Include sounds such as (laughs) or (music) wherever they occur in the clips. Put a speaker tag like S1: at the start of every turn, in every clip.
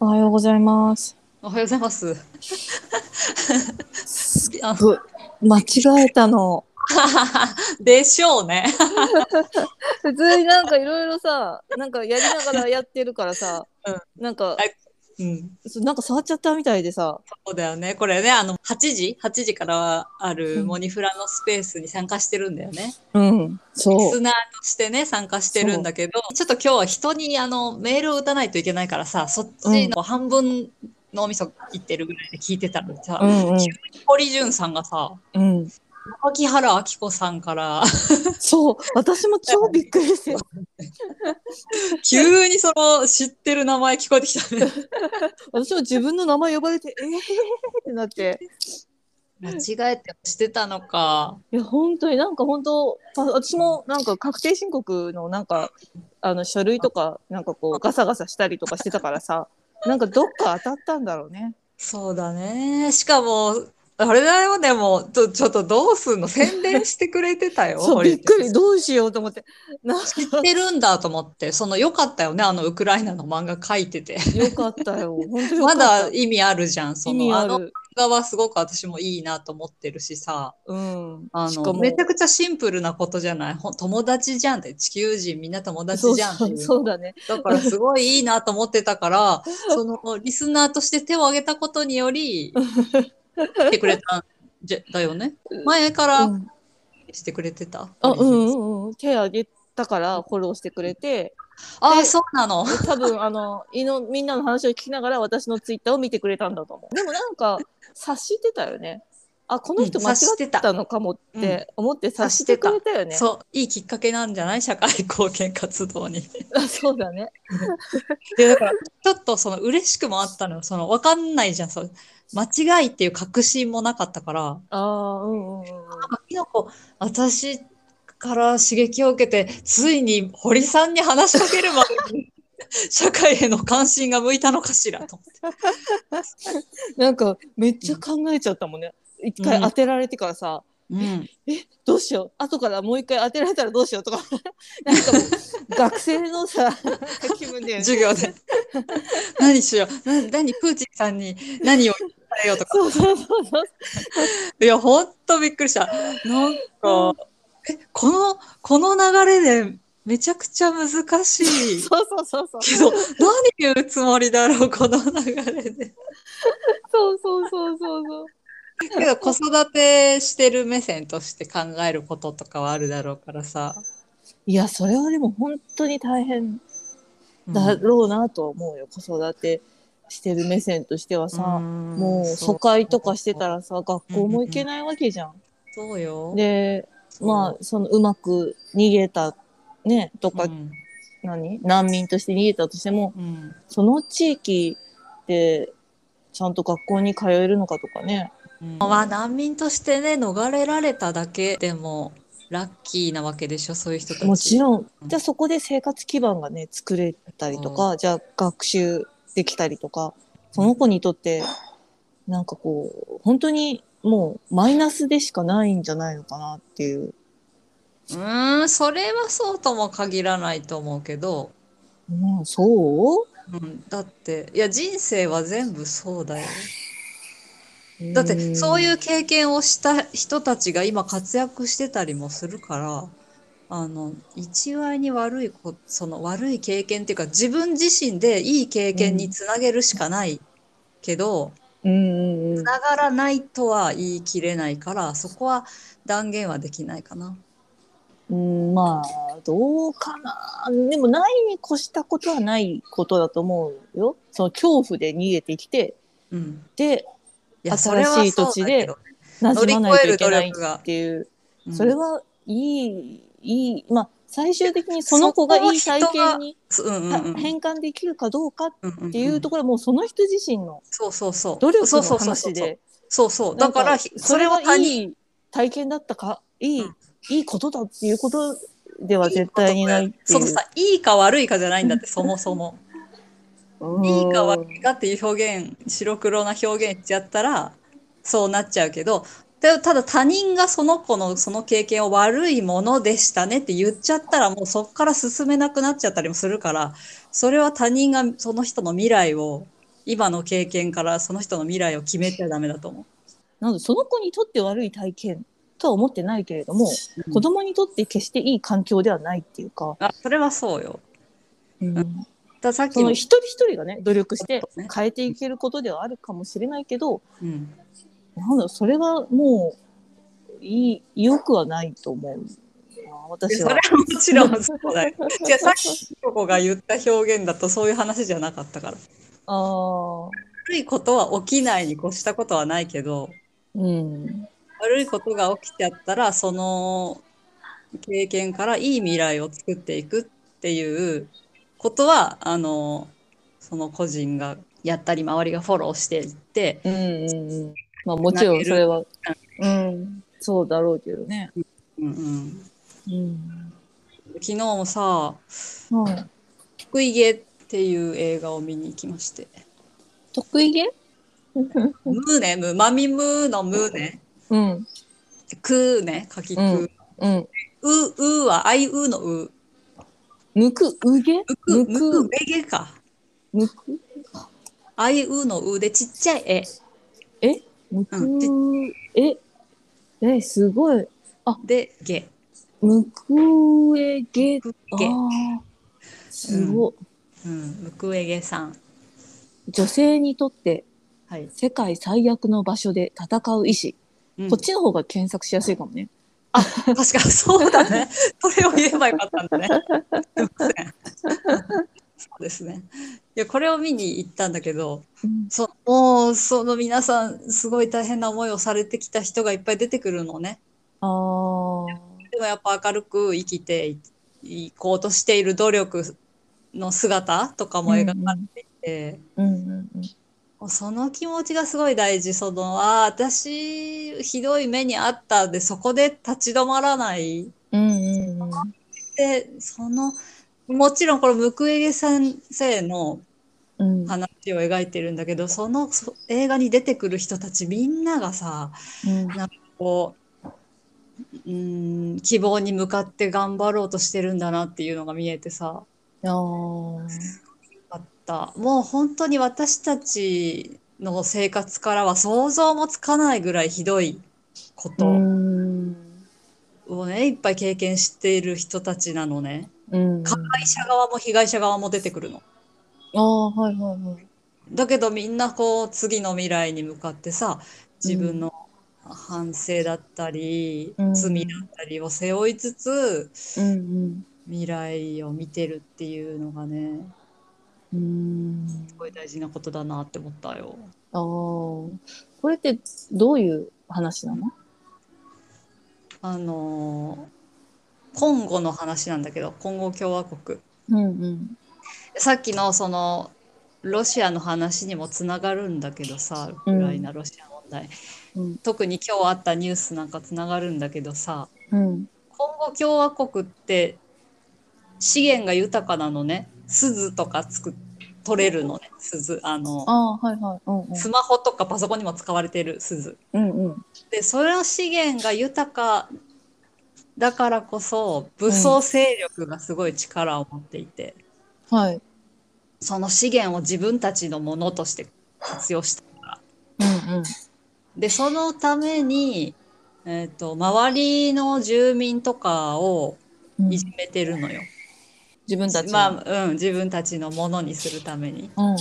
S1: おはようございます。
S2: おはようございます。あ
S1: ぶ間違えたの。
S2: でしょうね。
S1: 普通になんかいろいろさ、なんかやりながらやってるからさ、なんか、
S2: うん、
S1: そうなんか触っちゃったみたいでさ、
S2: そうだよね。これね、あの、8時 ?8 時からあ
S1: う
S2: る
S1: ん
S2: モニフラのスペースに参加してるんだよね。
S1: うん、
S2: リ
S1: そう
S2: ス。ナーとしてね、参加してるんだけど、ちょっと今日は人にあの、メールを打たないといけないからさ、そっちの半分脳みそいってるぐらいで聞いてたのにさ、
S1: うんうん
S2: 堀潤さんがさ、
S1: うん、
S2: 牧原明子さんから、 (laughs)
S1: そう私も超びっくりして
S2: 急にその知ってる名前聞こえてきた (laughs) ね。
S1: 私も自分の名前呼ばれてえーってなって
S2: 間違えてしてたのか。
S1: いや本当になんか本当さ私もなんか確定申告のなんかあの書類とかなんかこうガサガサしたりとかしてたからさなんかどっか当たったんだろうね
S2: そうだね。しかも、あれだよ、でも、ちょ、ちょっとどうすんの宣伝してくれてたよ、
S1: そうび
S2: 堀
S1: っくりどうしようと思ってなんか
S2: 知ってるんだと思って、その良かったよね、あのウクライナの漫画書いてて。
S1: (laughs) よかったよ本当よか
S2: ま
S1: った
S2: だ意味あるじゃん、そ
S1: 意味
S2: の、あ
S1: あ
S2: の漫
S1: る
S2: 画はすごく私もいいなと思ってるしさ、
S1: うん
S2: あ
S1: し
S2: の、
S1: かも
S2: めちゃくちゃシンプルなことじゃない。ほん友達じゃんって、地球人みんな友達じゃんって
S1: そ
S2: いうう。
S1: そうだね
S2: だからすごいいいなと思って
S1: (laughs)
S2: たから、そのリスナーとして手を挙げたことに
S1: (laughs)
S2: より、来てくれたんじゃだよね。前から
S1: うん
S2: してくれてた。
S1: あうんうんうん手挙げたからフォローしてくれて
S2: あ
S1: で
S2: ーそうなの。
S1: 多分あのいのみんなの話を聞きながら私のツイッターを見てくれたんだと思うでもなんか察してたよねあこの人
S2: うん
S1: 間違
S2: 察して
S1: ったたのかもって思って察してくれたよね、
S2: そう、いいきっかけなんじゃない社会貢献活動に。
S1: あそうだね
S2: で、だから、ちょっとその嬉しくもあったのよ。その、わかんないじゃん。そう間違いっていう確信もなかったから、
S1: ああうんうんうん
S2: あきのこ、私から刺激を受けて、ついに堀さんに話しかけるまでに、社会への関心が向いたのかしらと思って。
S1: なんかめっちゃ考えちゃったもんね一回当てられてからさ、
S2: うん、
S1: えどうしよう後からもう一回当てられたらどうしようとか (laughs) なんかもう学生のさなんか (laughs) 気分で
S2: 授業で。 (laughs) 何しよう。な何、プーチンさんに何を言えようとか。
S1: そうそうそうそう
S2: いや、ほんとびっくりした。なんか、え、この、この流れでめちゃくちゃ難しい
S1: そうそうそうそう
S2: けど、何言うつもりだろう、この流れで。
S1: そうそうそうそうそう
S2: けど、子育てしてる目線として考えることとかはあるだろうからさ。
S1: いやそれはでも本当に大変
S2: うん
S1: だろうなとは思うよ、子育てしてる目線としてはさ、もう疎開とかしてた。らさ学校も行けないわけじゃん。
S2: そうそうよ。
S1: で
S2: そう、
S1: まあそのうまく逃げたねとか、
S2: うん
S1: 何難民として逃げたとしても
S2: うん
S1: その地域でちゃんと学校に通えるのかとかね。
S2: うんまあ、難民としてね、逃れられただけでも、ラッキーなわけでしょ、そういう人たち。
S1: もち
S2: ん。
S1: ろんじゃあそこで生活基盤がね作れたりとか、じゃあ学習できたりとかその子にとってなんかこう本当にもうマイナスでしかないんじゃないのかなっていう。
S2: うーん、それはそうとも限らないと思うけど、
S1: うん、そう
S2: うん、だって、いや、人生は全部そうだよ。だって、そういうう経験をした人たちが今活躍してたりもするから、あの、一概に悪いこ、その悪い経験っていうか、自分自身でいい経験につなげるしかないけど、
S1: んうんうん
S2: つながらないとは言い切れないから、そこは断言はできないかな。
S1: うん、まあどうかなでもないに越したことはないことだと思うよ。その恐怖で逃げてきて
S2: うん。
S1: で
S2: いや、それは
S1: 新しい
S2: そ
S1: 土
S2: う
S1: 地
S2: だけ
S1: で
S2: ど、
S1: 馴染まないといけない
S2: 乗り越える努力が
S1: っていう。
S2: うん
S1: それはいい、いい、まあ、最終的にその子がいい体験に
S2: そううんうんうん
S1: 変換できるかどうかっ
S2: うんうんうん
S1: ていうところはもうその人自身の
S2: そうそうそう。
S1: 努力
S2: そうそ
S1: の
S2: うそうそう
S1: 話で。
S2: そうそう。だか
S1: な
S2: ら、
S1: ん
S2: ひそれはい他
S1: い体験だったか、いい、
S2: うん
S1: いいことだっていうことでは絶対にないっていう。
S2: そのさ、いいか悪いかじゃないんだって、そもそも。
S1: うん
S2: いいか悪いかっていう表現、白黒な表現しちゃったら、そうなっちゃうけど、でただ他人がその子のその経験を悪いものでしたねって言っちゃったらもうそこから進めなくなっちゃったりもするからそれは他人がその人の未来を今の経験からその人の未来を決めちゃダメだと思
S1: なのでその子にとって悪い体験とは思ってないけれども、
S2: う。
S1: 子供にとって決していい環境ではないっていうか、
S2: あそれはそうよ。
S1: うん
S2: だからさっき
S1: その
S2: の、
S1: 一人一人がね努力して
S2: そうね
S1: 変えていけることではあるかもしれないけど、
S2: うん、
S1: なんだろうそれはもういい良くはないと思うな
S2: そ
S1: 私
S2: れは
S1: は。
S2: もちろんそうだよ。 (laughs) じゃさっきの子が言った表現だとそういう話じゃなかったから。
S1: ああ
S2: 悪いことは起きないに越したことはないけど、
S1: うん
S2: 悪いことが起きちゃったらその経験からいい未来を作っていくっていうことはあのその個人がやったり周りがフォローしていって
S1: うんうんうんまあもちろんそれはうんそうだろうけどね。
S2: うんうん、
S1: うん
S2: 昨日もさ
S1: はい、
S2: 「福井芸」っていう映画を見に行きまして
S1: 得意げ？
S2: 「ムーネムーマミムーのムーネ
S1: うん
S2: クーね書きく、
S1: うん
S2: う
S1: うん。
S2: うーはあいうーのう
S1: むくうげ？
S2: むく
S1: む
S2: む
S1: く
S2: くめげか
S1: むく
S2: あいうーのうでちっちゃい絵
S1: むく、
S2: うんち
S1: ええすごい
S2: で芸
S1: むくえげ
S2: く
S1: あ
S2: げ
S1: ーすごい、
S2: うん、ムクエゲさん。
S1: 女性にとって
S2: はい。
S1: 世界最悪の場所で戦う意志、こっちの方が検索しやすいかもね。
S2: 確かにそうだね。それを言えばよかったんだね。すいません。そうですね。いや、これを見に行ったんだけど、
S1: うん
S2: そもう、その皆さん、すごい大変な思いをされてきた人がいっぱい出てくるのね。
S1: あー
S2: でもやっぱ明るく生きていいこうとしている努力の姿とかも描かれていて、
S1: うんうんうん
S2: もうその気持ちがすごい大事。その、ああ、私、ひどい目にあったんで、そこで立ち止まらない。
S1: うんうん
S2: で、その、もちろんこれ、ムクエゲ先生の
S1: うん
S2: 話を描いてるんだけど、そのそ映画に出てくる人たちみんながさ、
S1: うん
S2: こう、うーん、希望に向かって頑張ろうとしてるんだなっていうのが見えてさ、
S1: あー
S2: あった。もう本当に私たちの生活からは想像もつかないぐらいひどいこ
S1: う
S2: と
S1: ん
S2: をね、いっぱい経験している人たちなのね。
S1: うん
S2: 加害者側も被害者側も出てくるの。
S1: ああはいはいはい
S2: だけどみんなこう次の未来に向かってさ、自分の反省だったり、
S1: うん
S2: 罪だったりを背負いつつ、
S1: うん
S2: 未来を見てるっていうのがね、
S1: うんうん
S2: すごい大事なことだなって思ったよ。
S1: ああこれってどういう話なの
S2: あのーコンゴの話なんだけどコンゴ共和国
S1: うんうん
S2: さっきのそのロシアの話にもつながるんだけどさウクライナ、ロシア問題
S1: うん
S2: 特に今日あったニュースなんかつながるんだけどさ
S1: うん
S2: コンゴ共和国って資源が豊かなのね鈴とかつく取れるのね鈴あの
S1: ああーはいはい
S2: スマホとかパソコンにも使われてる鈴
S1: うんうんうん
S2: でその資源が豊かだからこそ武装勢力がすごい力を持っていて、
S1: はい
S2: その資源を自分たちのものとして活用した
S1: うんうん
S2: でそのために、えー、と周りの住民とかを
S1: うん
S2: いじめてるのよ、
S1: 自分たちの
S2: まあうん、自分たちのものにするために
S1: うんうん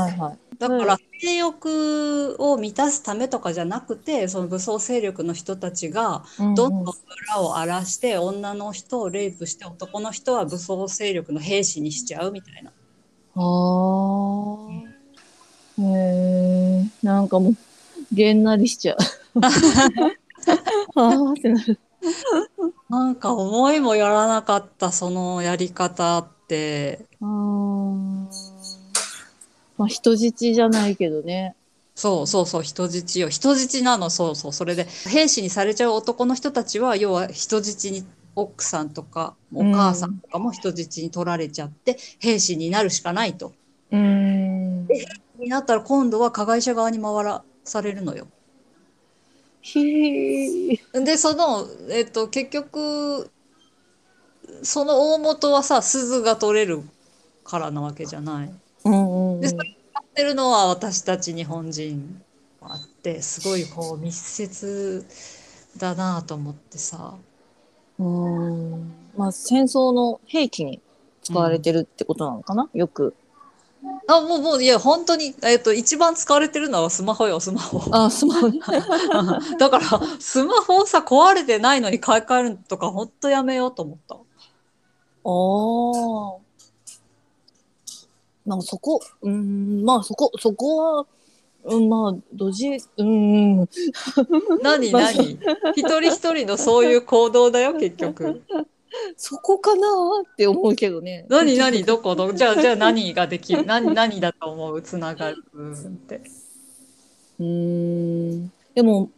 S1: はいはい
S2: だから性欲を満たすためとかじゃなくてその武装勢力の人たちがどんどん裏を荒らして女の人をレイプして男の人は武装勢力の兵士にしちゃうみたいな。
S1: ああ。へえ、なんかもう、げんなりしちゃ (laughs) う。ああってなる。
S2: なんか思いもよらなかったそのやり方って
S1: あーまあ、人質じゃないけどね。
S2: そうそうそう人質よ人質なのそうそうそれで兵士にされちゃう男の人たちは要は人質に奥さんとかお母さんとかも人質に取られちゃって兵士になるしかないと。
S1: うーん。
S2: になったら今度は加害者側に回らされるのよ。
S1: ひー。
S2: でその、えっと、結局その大元はさ鈴が取れるからなわけじゃない。
S1: うんうんうん
S2: でそれってるのは私たち日本人もあってすごいこう密接だなと思ってさ
S1: うんまあ戦争の兵器に使われてるってことなのかな、よく。
S2: あもうもういや本当にえっと一番使われてるのはスマホよス
S1: (laughs)
S2: マホ
S1: あ、スマホね。
S2: だからスマホさ壊れてないのに買い替えるのとか本当やめようと思った
S1: ああ。なんかそこ、うーん、まあそこ、そこは、うん、まあ、ドジ、うーん、
S2: 何
S1: まあそ
S2: 何一人一人のそういう行動だよ結局
S1: そこかなって思うけどね。
S2: 何何ど
S1: (laughs)
S2: こどこじゃあじゃあ何ができる何何だと思うつながる部分って
S1: うーん。でも、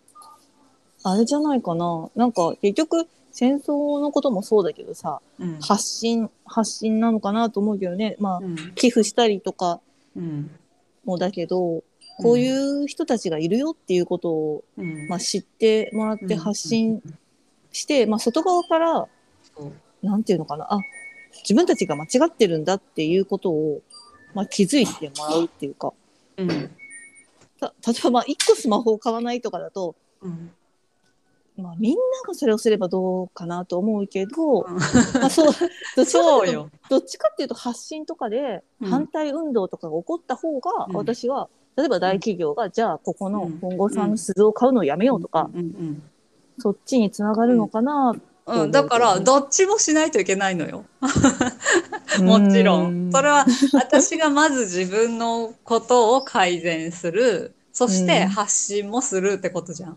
S1: あれじゃないかな。なんか結局、戦争のこともそうだけどさ、
S2: うん
S1: 発信、発信なのかなと思うけどね。まあ、
S2: うん
S1: 寄付したりとか
S2: うん
S1: もだけど、こういう人たちがいるよっていうことを、
S2: うん
S1: まあ、知ってもらって発信して、まあ、外側から
S2: そう
S1: なんていうのかな、あ、自分たちが間違ってるんだっていうことを、まあ、気づいてもらうっていうか、
S2: うん
S1: た例えば、まあ、一個スマホを買わないとかだと、
S2: うん
S1: まあ、みんながそれをすればどうかなと思うけど、
S2: うん
S1: まあ、
S2: (laughs)
S1: そう、どっちかって
S2: そう
S1: いうと
S2: よ。
S1: どっちかっていうと発信とかで
S2: うん
S1: 反対運動とかが起こった方が、
S2: うん
S1: 私は、例えば大企業が、じゃあ、ここ
S2: う
S1: の
S2: ん
S1: 本郷さんの鈴を買うのをやめようとか、
S2: うんうん
S1: そっちにつながるのかな、
S2: うんうんだからどっちもしないといけないのよ。もちろん。それ
S1: は、
S2: は私がまず自分のことを改善する。そして
S1: うん
S2: 発信もするってことじゃん。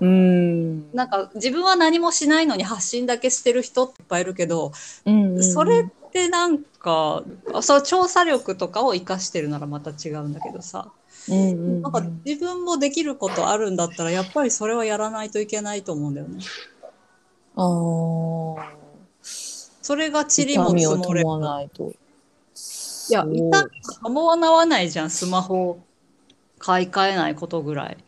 S1: うん。
S2: なんか自分は何もしないのに発信だけしてる人っていっぱいいるけど、
S1: うんうん
S2: それってなんか、あそう調査力とかを活かしてるならまた違うんだけどさ、
S1: うんうんうん
S2: なんか自分もできることあるんだったらやっぱりそれはやらないといけないと思うんだよね。
S1: ああ。
S2: それが塵
S1: 痛
S2: も
S1: み
S2: 積
S1: を
S2: もれ
S1: 伴わ
S2: ば
S1: ないと。
S2: いや、
S1: そう
S2: 痛みが伴わないじゃん、スマホを買い替えないことぐら
S1: ああ、
S2: い。
S1: で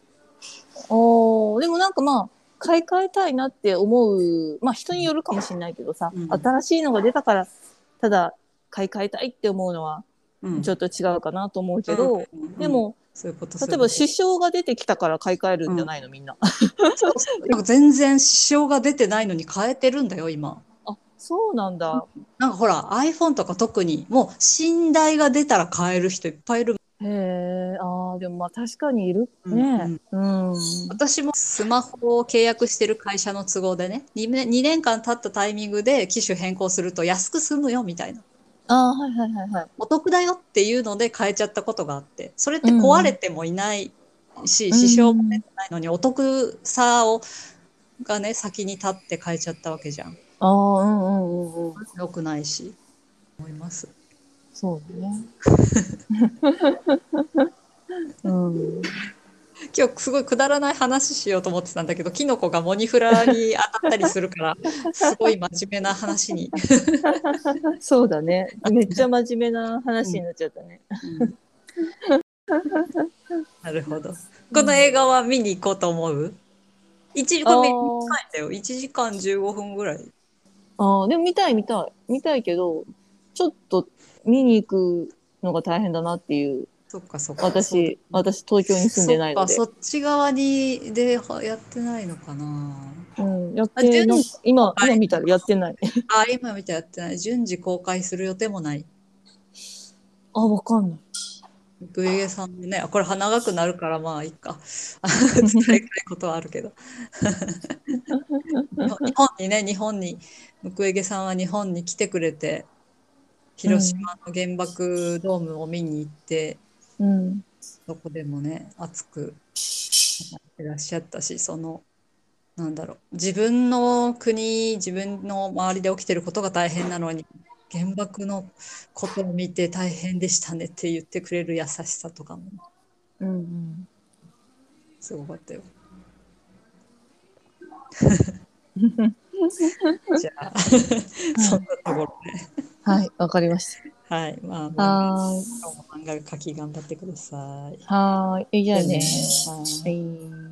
S1: もなんかまあ、買い替えたいなって思う、まあ人によるかもしれないけどさ、
S2: うん
S1: 新しいのが出たから、ただ買い替えたいって思うのは
S2: うん
S1: ちょっと違うかなと思うけど、
S2: うん
S1: でも、
S2: そういうこと
S1: 例えば
S2: そう
S1: 支
S2: い
S1: 障が出てきたから買い替えるんじゃないの、みんな。
S2: うことそうそうなんか全然支障が出てないのに変えてるんだよ、今。
S1: あ、 (laughs) そうなんだ。
S2: なんかほら、iPhone とか特に、もう信頼が出たら変える人いっぱいいる。
S1: へえ、ああ、でもまあ確かにいる
S2: うんう
S1: ね
S2: ん。
S1: うん。
S2: 私もスマホを契約してる会社の都合でね2年、2年間経ったタイミングで機種変更すると安く済むよみたいな。
S1: ああ、はいはいはいはい。
S2: お得だよっていうので変えちゃったことがあってそれって壊れてもいないし、支障も出てないのにお得さをがね先に立って変えちゃったわけじゃん
S1: ああ、うんうんうんうん。
S2: 良くないし思います
S1: そうだね。うん。
S2: 今日すごいくだらない話しようと思ってたんだけどキノコがモニフラに当たったりするからすごい真面目な話に、
S1: そうだね。めっちゃ真面目な話になっちゃったね。
S2: なるほどこの映画は見に行こうと思う一時間
S1: あー
S2: 短いんだよ1時間15分ぐらい
S1: ああ、でも見たい見たい。見たいけど、ちょっと見に行くのが大変だなっていう。
S2: そっかそっか
S1: 私、私東京に住んでないので。
S2: そっかそっち側にではやってないのかな
S1: うん、やっ
S2: あ
S1: て
S2: 順
S1: な
S2: 位
S1: 今、今見たらやってない。
S2: あ今みたいやってない順次公開する予定もない
S1: あ、わかんない。
S2: グエゲさんもね (laughs) あこれ長くなるからまあいいか (laughs) 使いたいことはあるけど (laughs) 日本にね日本にムクエゲさんは日本に来てくれて広島の原爆ドームを見に行って、
S1: うん。
S2: どこでもね熱くやってらっしゃったしそのなんだろう自分の国自分の周りで起きてることが大変なのに原爆のことを見て大変でしたねって言ってくれる優しさとかも
S1: うんうん。
S2: すごかっ
S1: (laughs)
S2: たよ。じゃあそんなところで、
S1: はい、わかりまし
S2: はいまあ、
S1: た。
S2: まあ
S1: はーい。
S2: 今日も漫画描き頑張ってください。
S1: はーい。じゃあね。
S2: はい
S1: はい。